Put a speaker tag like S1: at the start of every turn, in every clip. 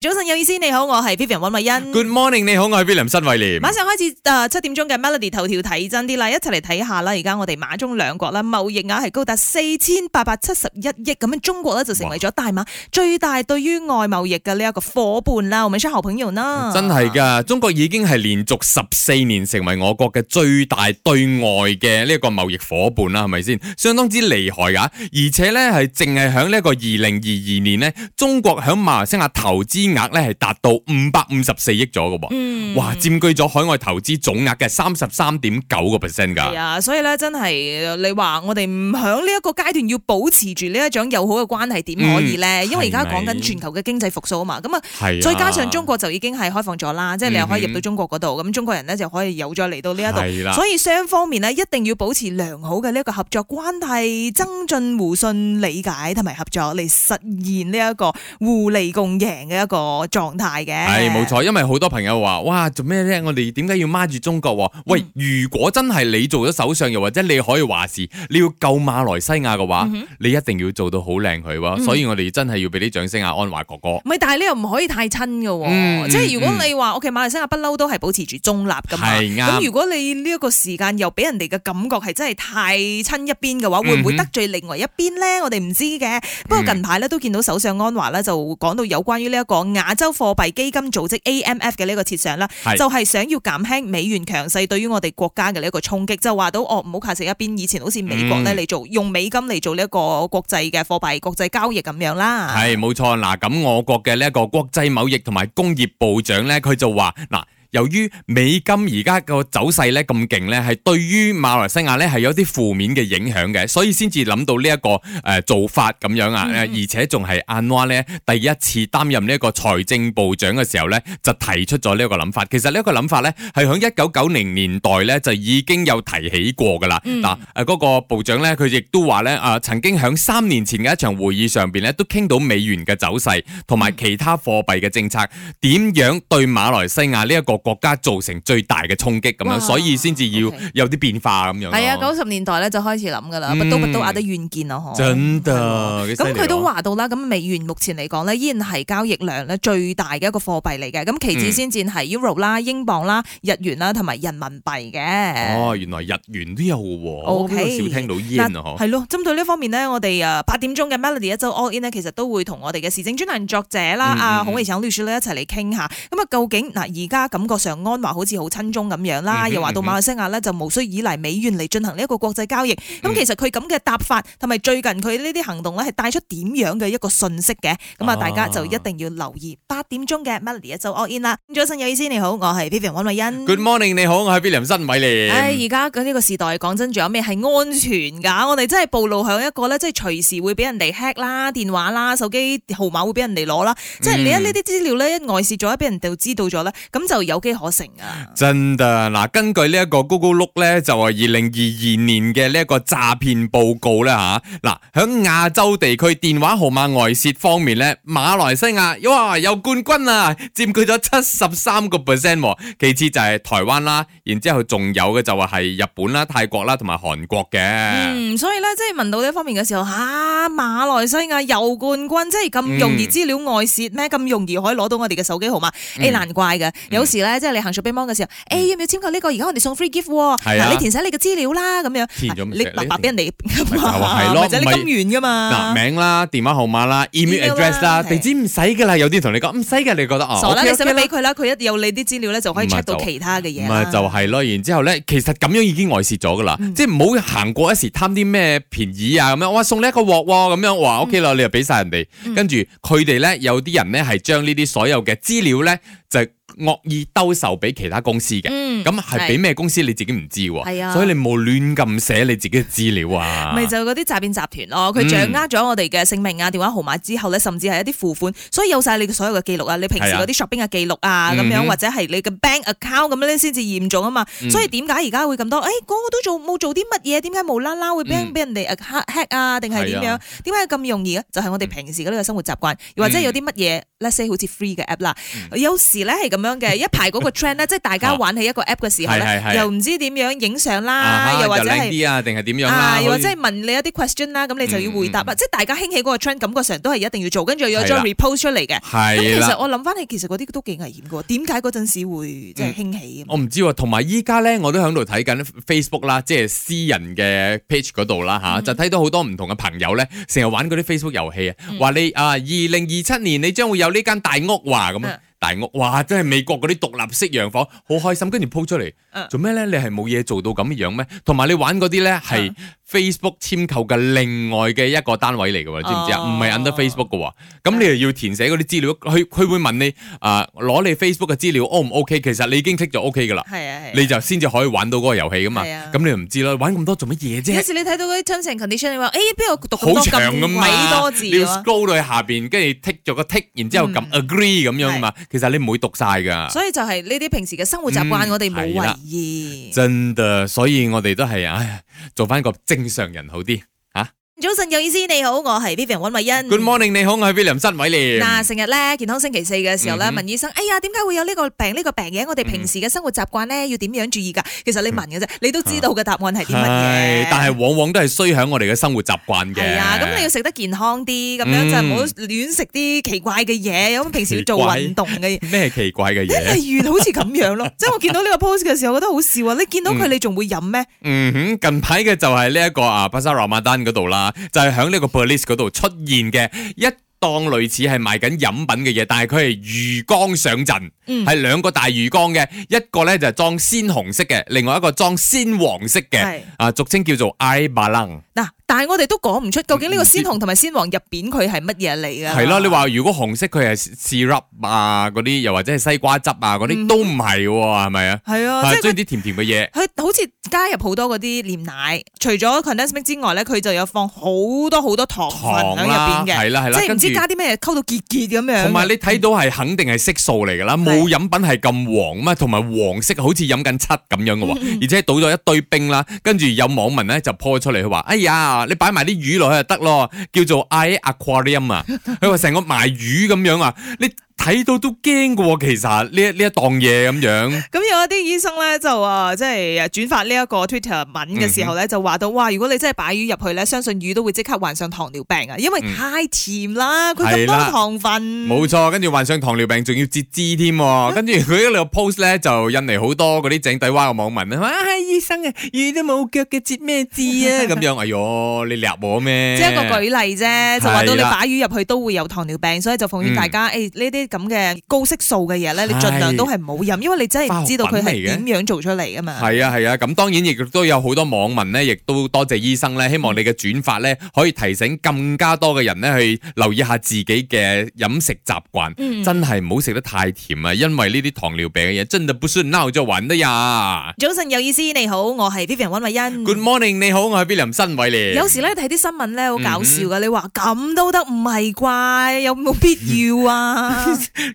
S1: 早晨有意思，你好，我係 Vivian 温慧欣。
S2: Good morning，你好，我係 William 新偉廉。
S1: 馬上開始誒七點鐘嘅 Melody 頭條睇真啲啦，一齊嚟睇下啦。而家我哋馬中兩國啦，貿易額係高達四千八百七十一億咁樣，中國咧就成為咗大馬最大對於外貿易嘅呢一個伙伴啦。我們是好朋友啦，
S2: 真係噶，中國已經係連續十四年成為我國嘅最大對外嘅呢一個貿易伙伴啦，係咪先？相當之厲害噶，而且呢，係淨係響呢一個二零二二年呢，中國響馬來西亞投資額呢係達到五百五十四億咗嘅喎，
S1: 嗯
S2: 哇，佔據咗海外投資總額嘅三十三點九個
S1: 係
S2: percent 㗎。
S1: 啊，所以咧真係你話我哋唔響呢一個階段要保持住呢一種友好嘅關係，點可以咧？
S2: 嗯
S1: 因為而家講
S2: 係咪
S1: 緊全球嘅經濟復甦啊嘛，咁啊。
S2: 係啊，
S1: 再加上中國就已經係開放咗啦，即係你又可以入到
S2: 嗯哼
S1: 中國嗰度，咁中國人咧就可以有咗嚟到呢一度
S2: 係啦，
S1: 所以雙方面呢，一定要保持良好嘅呢一個合作關係，增進互信、理解同埋合作，嚟實現呢一個互利共贏嘅一個狀態嘅。
S2: 係哎冇。錯，因為好多朋友話：哇，做咩咧？我哋點解要孖住中國喎？喂，
S1: 嗯
S2: 如果真係你做咗首相，又或者你可以話事，你要救馬來西亞嘅
S1: 嗯
S2: 話，你一定要做到好靚佢喎。所以我哋真係要俾啲掌聲啊，安華哥哥。
S1: 唔係，但係你又唔可以太親嘅喎，
S2: 嗯
S1: 即係如果你話，OK，馬來西亞不嬲都係保持住中立㗎嘛。
S2: 係啱
S1: 咁如果你呢一個時間又俾人哋嘅感覺係真係太親一邊嘅話，會唔會
S2: 嗯哼嗯
S1: 得罪另外一邊咧？我哋唔知嘅。不過近排咧都見到首相安華咧就講到有關於呢一個亞洲貨幣基金組織 AMF 嘅呢一個設想啦，
S2: 係
S1: 就係想要減輕美元強勢對於我哋國家嘅呢一個衝擊，就話到哦唔好靠食一邊。以前好似美國咧
S2: 嗯
S1: 嚟做用美金嚟做呢一個國際嘅貨幣國際交易咁樣啦。
S2: 係冇錯，嗱咁我國嘅呢一個國際貿易同埋工業部長呢，佢就話嗱。由於美金而家個走勢咧咁勁咧，係對於馬來西亞咧係有啲負面嘅影響嘅，所以先至諗到呢、一個誒、呃做法咁樣啊，呃而且仲係安華咧第一次擔任呢一個財政部長嘅時候咧，就提出咗呢一個諗法。其實呢一個諗法咧係響一九九零年代咧就已經有提起過噶啦。嗱、誒嗰個部長咧，佢亦都話咧啊，曾經響三年前嘅一場會議上邊咧，都傾到美元嘅走勢同埋其他貨幣嘅政策點樣對馬來西亞呢一個國家造成最大嘅衝擊咁
S1: 哇
S2: 樣，所以先至要
S1: OK
S2: 有啲變化咁樣咯。
S1: 係啊，九十年代咧就開始諗噶啦，
S2: 嗯
S1: 不都不都壓得軟件啊，嗬。
S2: 真
S1: 係喎
S2: 的，
S1: 嗯咁佢都
S2: 話
S1: 話到啦，咁美元目前嚟講咧，依然係交易量咧最大嘅一個貨幣嚟嘅。咁其次
S2: 嗯
S1: 先至係 Euro 啦、英鎊啦、日元啦同埋人民幣嘅。
S2: 哦，原來日元都有嘅喎，我
S1: OK
S2: 比較少聽到 yen 啊，嗬
S1: 係咯，針對呢方面呢，我哋誒八點鐘嘅 Melody 一周 All In 呢，其實都會同我哋嘅時政專欄作者啦、
S2: 嗯
S1: 啊
S2: 嗯
S1: 孔維祥律師呢一齊嚟傾下。咁啊，究竟嗱而家感覺上安華好似好親中咁樣啦，
S2: 嗯嗯
S1: 又話到馬來西亞呢，就無需依賴美元嚟進行呢一個國際交易。
S2: 嗯
S1: 咁其實佢咁嘅答法同埋最近佢呢啲行動呢，係帶出點樣嘅一個訊息嘅。咁啊，
S2: 啊
S1: 大家就一定要留意八點鐘嘅 Melody 一周 All In 啦。早晨有意思，你好，我係 Vivian 温慧欣。
S2: Good morning，你好，我係 William 新米廉。
S1: 唉，而家嘅呢個時代，講真，仲有咩係安全㗎？我哋真係暴露響一個咧，即係隨時會俾人哋 hack 啦、電話啦、手機號碼會俾人哋攞啦。即係你一呢啲資料咧，一外泄咗，一俾人哋知道咗咧，咁就有機可乘啊！
S2: 真噶嗱，根據呢一個 Google Look 咧，就係二零二二年嘅呢一個詐騙報告啦吓。嗱、響亞洲地區電話號碼外泄方面咧，馬來西亞哇有冠軍啊，佔據咗七十三個 percent。喎其次就係台灣啦，然之後仲有嘅就話係日本啦、泰國啦同埋韓國嘅。
S1: 嗯，所以咧，即係問到呢方面嘅時候，吓、馬來西亞又冠軍，即係咁容易
S2: 嗯
S1: 資料外泄咩？咁容易可以攞到我哋嘅手機號碼？誒、難怪
S2: 嗯
S1: 嘅。有時咧，即係你行上乒乓嘅時候，誒、要唔要簽購呢、個？而家我哋送 free gift 喎，
S2: 係啊
S1: 嗱你填寫你嘅資料啦，咁樣啊
S2: 填咗咪
S1: 你
S2: 寫
S1: 白白俾人哋
S2: 咪就係 咯
S1: 或者你
S2: 唔係
S1: 金元噶
S2: 嗱，
S1: 嘛。
S2: 名啦、電話號碼啦、
S1: 啊 Email 啦
S2: email address 啦，
S1: 係
S2: 地址唔使噶啦，有啲人同你講唔使噶，你覺得哦，
S1: 傻啦，
S2: OK，
S1: 你使
S2: OK
S1: 乜
S2: 啦
S1: 俾佢啦？佢一有你啲資料咧，就可以
S2: 唔係
S1: check 到
S2: 就
S1: 其他嘅嘢啦。嗯
S2: 咪就係咯，然之後咧，其實咁樣已經外泄咗噶啦，即係唔好行過一時貪啲咩便宜啊咁樣，哇送你一個鑊喎咁樣，哇 OK 啦，你又俾晒人哋，
S1: 嗯
S2: 跟住佢哋咧有啲人咧係將呢啲所有嘅資料咧就惡意兜售俾其他公司嘅，
S1: 嗯
S2: 咁係俾咩公司你自己唔知
S1: 係啊
S2: 喎，所以你冇亂咁寫你自己嘅資料啊，嗯
S1: 咪就係嗰啲詐騙集團咯，佢掌握咗我哋嘅姓名啊、電話號碼之後咧，甚至係一啲付款，所以有晒你嘅所有嘅記錄啊，你平時
S2: 係啊
S1: 嗰啲 shopping 嘅記錄啊，咁
S2: 嗯
S1: 樣
S2: 哼
S1: 或者係你嘅 bank account 咁樣咧，先至嚴重啊嘛。
S2: 嗯
S1: 所以點解而家會咁多？誒，嗰個都做冇做啲乜嘢？點解無啦啦會俾人
S2: 嗯
S1: 俾人哋 hack hack 啊？定係點
S2: 係
S1: 樣
S2: 啊？
S1: 點解咁容易啊？就係我哋平時嘅呢個生活習慣，又或者有啲乜嘢，let's
S2: 嗯
S1: say 好似 free 嘅 app 啦，有時咧係咁咁樣嘅一排嗰個 trend 咧，即係大家玩起一個 app 嘅時候
S2: 啊係
S1: 咧，
S2: 係係
S1: 又唔知點樣影相
S2: 啊
S1: 啦，
S2: 哈
S1: 又或者
S2: 又靚
S1: 係。
S2: 啲啊，定係點樣啦？
S1: 啊，又或
S2: 好似
S1: 者係問你一啲 question 啦，咁你就要回答啦。
S2: 嗯
S1: 即係大家興起嗰個 trend，感覺上都係一定要做，跟住有
S2: 係
S1: 張
S2: 啦
S1: repose 出嚟嘅。咁
S2: 係
S1: 其
S2: 啦
S1: 實。我諗翻起，其實嗰啲都幾危險嘅喎。點解嗰陣時會即係興起咁？
S2: 嗯我唔知喎，同埋依家咧，我都喺度睇緊 Facebook 啦，即係私人嘅 page 嗰度
S1: 嗯
S2: 啦吓，就睇到好多唔同嘅朋友咧，成日玩嗰啲 Facebook 遊戲啊，
S1: 嗯
S2: 話你啊二零二七年你將會有呢間大屋話咁啊
S1: 嗯。
S2: 大屋，哇！真係美國嗰啲獨立式洋房，好開心。跟住 po 出嚟
S1: 嗯，
S2: 做咩咧？你係冇嘢做到咁嘅樣咩？同埋你玩嗰啲咧
S1: 嗯
S2: 係 Facebook 簽購嘅另外嘅一個單位嚟嘅喎，知唔知啊？
S1: 哦
S2: 唔係 under Facebook 嘅喎。
S1: 嗯
S2: 咁你又要填寫嗰啲資料，佢佢會問你啊，攞你 Facebook 嘅資料 O 唔 OK？其實你已經 tick 咗 OK 噶啦。
S1: 係啊係啊。
S2: 你就先至可以玩到嗰個遊戲噶嘛。
S1: 係啊
S2: 咁你又唔知啦，玩咁多做乜嘢
S1: 有
S2: 啫？
S1: 時你睇到嗰啲 terms and condition，你話誒哎邊度讀咁
S2: 好
S1: 多啊
S2: 長
S1: 咁
S2: 噶
S1: 鬼
S2: 嘛
S1: 多，字
S2: 你要
S1: 㗎
S2: scroll 到去下邊，跟住 tick 咗個 tick，然之後撳 agree 咁樣嘛。其實你唔會讀晒噶。
S1: 所以就係呢啲平時嘅生活習慣，
S2: 嗯
S1: 我哋冇
S2: 係
S1: 為
S2: 啦
S1: 意。
S2: 真嘅，所以我哋都係啊唉，做翻個正常人好啲。
S1: 早晨有意思，你好，我係 Vivian 温慧欣。
S2: Good morning，你好，我係 William 新偉
S1: 嗯
S2: 廉。
S1: 嗱，成日咧健康星期四嘅時候咧，
S2: 嗯哼
S1: 問醫生，哎呀，點解會有呢個病呢個病嘅？我哋平時嘅生活習慣咧，要點樣注意㗎？其實你問嘅啫，你都知道嘅答案係啲乜
S2: 嗯係
S1: 嘢。
S2: 但係往往都係衰響我哋嘅生活習慣嘅。
S1: 係啊，咁你要食得健康啲，咁樣
S2: 嗯
S1: 就唔好亂食啲奇怪嘅嘢。咁平時要做運動嘅嘢，
S2: 咩奇怪嘅
S1: 即係
S2: 嘢？
S1: 例如好似咁樣 咯。即係我見到呢個 post 嘅時候，我覺得好笑啊！你見到佢，
S2: 嗯
S1: 你仲會飲咩？
S2: 嗯哼，近排嘅就係呢一個啊巴沙拉馬丹嗰度啦，就係喺呢個 police 嗰度出現嘅一檔類似係賣緊飲品嘅嘢，但係佢係魚缸上陣，
S1: 嗯
S2: 係兩個大魚缸嘅，一個咧就係裝鮮紅色嘅，另外一個裝鮮黃色嘅
S1: 係，
S2: 啊俗稱叫做 I b a l a n
S1: 嗱，但係我哋都講唔出究竟呢個
S2: 唔知
S1: 鮮紅同埋鮮黃入邊佢係乜嘢嚟㗎？
S2: 嗯係啦，你話如果紅色佢係 syrup 啊嗰啲，又或者係西瓜汁啊嗰啲，
S1: 嗯
S2: 都唔係喎，係咪啊？
S1: 係啊，
S2: 啊
S1: 即係佢
S2: 將啲甜甜嘅嘢。
S1: 佢好似加入好多嗰啲煉奶，除咗 condensed milk 之外咧，佢就有放好多好多糖分
S2: 糖
S1: 喺入邊
S2: 啦，
S1: 嘅，
S2: 係啦係啦，
S1: 即係唔
S2: 跟
S1: 知
S2: 住
S1: 加啲咩溝到結結咁樣。
S2: 同埋你睇到係肯定係色素嚟㗎啦，冇飲品係咁黃嘛，同埋黃色好似飲緊漆咁樣嘅
S1: 嗯
S2: 喎，而且倒咗一堆冰啦，跟住有網民咧就 po 出嚟，佢話：哎呀，你擺埋啲魚落去就得咯，叫做 i aquarium 啊，佢話成個賣魚咁樣啊，你睇到都驚㗎喎，其實呢一呢一檔嘢咁樣，
S1: 咁有一啲醫生咧就話，即係呃轉發呢一個 Twitter 文嘅時候咧，就話到哇，如果你真係擺魚入去咧，相信魚都會即刻患上糖尿病啊，因為太甜啦，佢咁
S2: 係
S1: 多
S2: 啦
S1: 糖分。
S2: 冇錯，跟住患上糖尿病仲要截肢添喎，跟住佢呢個 post 咧就引嚟好多嗰啲井底蛙嘅網民啊，哇，醫生啊，魚都冇腳嘅，截咩肢 啊？咁樣，哎呦，你掠我咩？
S1: 即係一個舉例啫，就話到你擺魚入去都會有糖尿病，所以就奉勸
S2: 嗯
S1: 大家，誒呢啲咁嘅高色素嘅嘢咧，你盡量
S2: 係
S1: 都係唔好飲，因為你真係唔知道佢係
S2: 化學
S1: 點
S2: 品
S1: 樣做出嚟噶嘛。
S2: 係啊係啊，咁當然亦都有好多網民咧，亦都多謝醫生咧，希望你嘅轉發咧可以提醒更加多嘅人咧去留意下自己嘅飲食習慣，
S1: 嗯
S2: 真係唔好食得太甜啊，因為呢啲糖尿病嘅嘢真的不是鬧着玩的呀。
S1: 早晨有意思，你好，我係 Vivian 温慧欣。
S2: Good morning，你好，我係 William 新偉嚟。
S1: 有時咧睇啲新聞咧好搞笑噶，你話咁都得，唔係啩？有冇必要啊？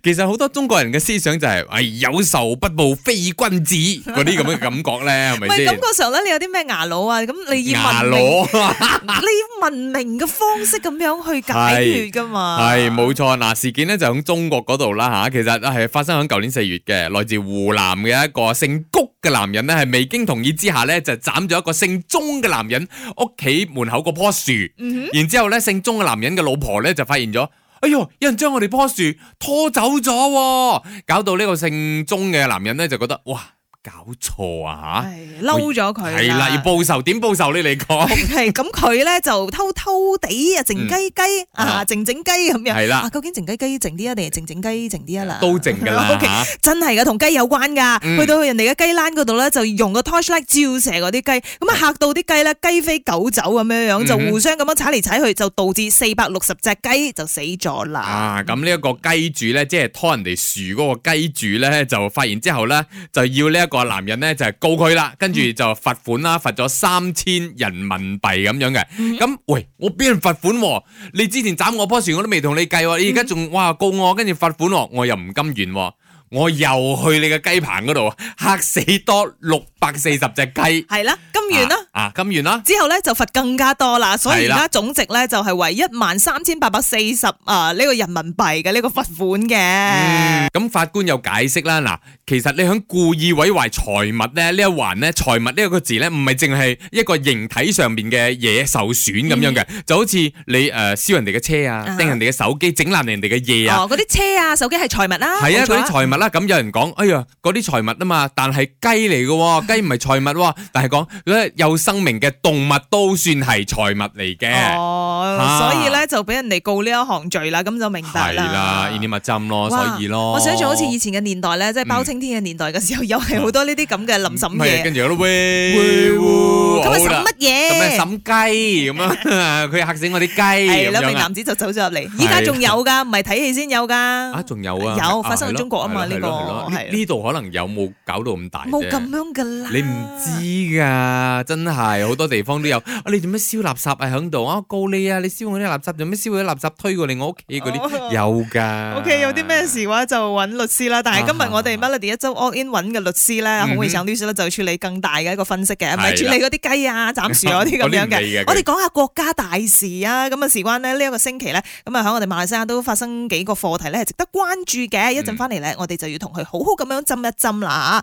S2: 其實好多中國人嘅思想就係、哎有仇不報非君子嗰啲咁嘅感覺咧，係
S1: 唔
S2: 咪
S1: 係
S2: 先
S1: 感？覺上咧，你有啲咩牙佬啊？咁你以
S2: 牙
S1: 文
S2: 佬
S1: 明，啊你文明嘅方式咁樣去解決噶嘛？
S2: 係冇錯，嗱事件咧就喺中國嗰度啦吓，其實係發生喺舊年四月嘅，來自湖南嘅一個姓谷嘅男人咧，係未經同意之下咧就斬咗一個姓鐘嘅男人屋企門口嗰棵樹，
S1: 嗯
S2: 然之後咧姓鐘嘅男人嘅老婆咧就發現咗。哎呦！有人將我哋棵樹拖走咗喎，搞到呢個姓鐘嘅男人咧就覺得哇，搞錯啊
S1: 係嬲咗
S2: 嚇！
S1: 佢
S2: 係啦，要報仇點報仇呢？你講
S1: 系咁佢咧就偷偷地啊靜雞雞啊
S2: 啊
S1: 靜靜雞咁樣。
S2: 係啦
S1: 啊，究竟靜雞雞靜啲啊，定係靜靜雞靜啲啊啦？
S2: 都靜㗎啦
S1: OK，
S2: 嚇
S1: 真係噶，同雞有關噶。
S2: 嗯
S1: 去到人哋嘅雞欄嗰度咧，就用個 torchlight 照射嗰啲雞，咁啊嚇到啲雞咧雞飛狗走咁樣樣，就
S2: 嗯嗯哼
S1: 互相咁樣踩嚟踩去，就導致四百六十隻雞就死咗啦。
S2: 啊，咁呢一個雞主咧，即係拖人哋樹嗰個雞主咧，就發現之後咧，就要呢一個男人咧就係告佢啦，跟住就罰款啦，罰咗三千人民幣咁樣嘅。咁、喂，我俾人罰款喎、你之前斬我棵樹我都未同你計喎，你而家仲哇告我，跟住罰款喎、我又唔甘願喎、我又去你嘅雞棚嗰度嚇死多六百四十隻雞。
S1: 係啦，金元啦。
S2: 啊，啊金元啦，
S1: 之後咧就罰更加多啦，所以而
S2: 係
S1: 家
S2: 啦
S1: 總值咧就係為一萬三千八百四十啊呢個人民幣嘅呢個罰款嘅。
S2: 嗯咁法官有解釋啦，嗱，其實你喺故意毀壞財物咧呢一環咧，財物呢一個字咧，唔係淨係一個形體上面嘅嘢受損咁樣嘅，就好似你誒燒人哋嘅車
S1: 嗯啊
S2: 啊，掟人哋嘅手機，整爛人哋嘅嘢啊。
S1: 哦，嗰啲車啊、手機係財物啦，
S2: 係
S1: 冇錯
S2: 啊，嗰啲財物啦，咁有人講，哎呀，嗰啲財物啊嘛，但係雞嚟 嘅喎，雞唔係財物喎，但係講咧有生命嘅動物都算係財物嚟嘅，
S1: 哦，
S2: 啊
S1: 所以咧就俾人哋告呢一項罪啦，咁就明白
S2: 係
S1: 啦。
S2: 啦，呢啲咪針咯，
S1: 哇
S2: 所以咯，
S1: 我想象好似以前嘅年代咧，即係包青天嘅年代嘅時候，又係好多呢啲咁嘅臨審
S2: 唔係啊
S1: 嘢。
S2: 跟住有啲喂
S1: 咁啊
S2: 好啦
S1: 審乜
S2: 咁咩
S1: 嘢？
S2: 審雞咁啊，佢嚇死我啲雞
S1: 係啦，
S2: 咁
S1: 名
S2: 樣啊！
S1: 男子就走咗入嚟，依家仲有噶，唔係睇戲先有噶。
S2: 啊，仲有啊，
S1: 有
S2: 啊
S1: 發生喺中國啊嘛
S2: 係
S1: 呢
S2: 咯
S1: 個
S2: 係咯係咯
S1: 係
S2: 呢呢度可能有冇搞到咁大啫
S1: 冇咁樣噶啦，
S2: 你唔知㗎，真係好多地方都有。啊，你做咩燒垃圾啊？喺度啊，我告你啊！你燒我啲垃圾，做咩燒我啲垃圾推過嚟我屋企嗰
S1: 哦
S2: 啲有㗎。
S1: O、k 有啲咩事？嘅話就揾律師啦。但係今日我哋
S2: 啊
S1: Melody 一周 all in 揾嘅律師咧，
S2: 嗯哼
S1: 孔慧祥律師咧就處理更大嘅一個分析嘅，唔係
S2: 係啦
S1: 處理嗰啲雞啊、斬樹嗰啲咁樣
S2: 嗰啲唔理
S1: 嘅
S2: 嘅。
S1: 我哋講下國家大事啊，咁啊事關呢，呢一個星期咧，咁啊喺我哋馬來西亞都發
S2: 嗯
S1: 生幾個課題咧係值得關注嘅。一陣翻嚟咧，我哋就要同佢好好咁樣針一針啦。啊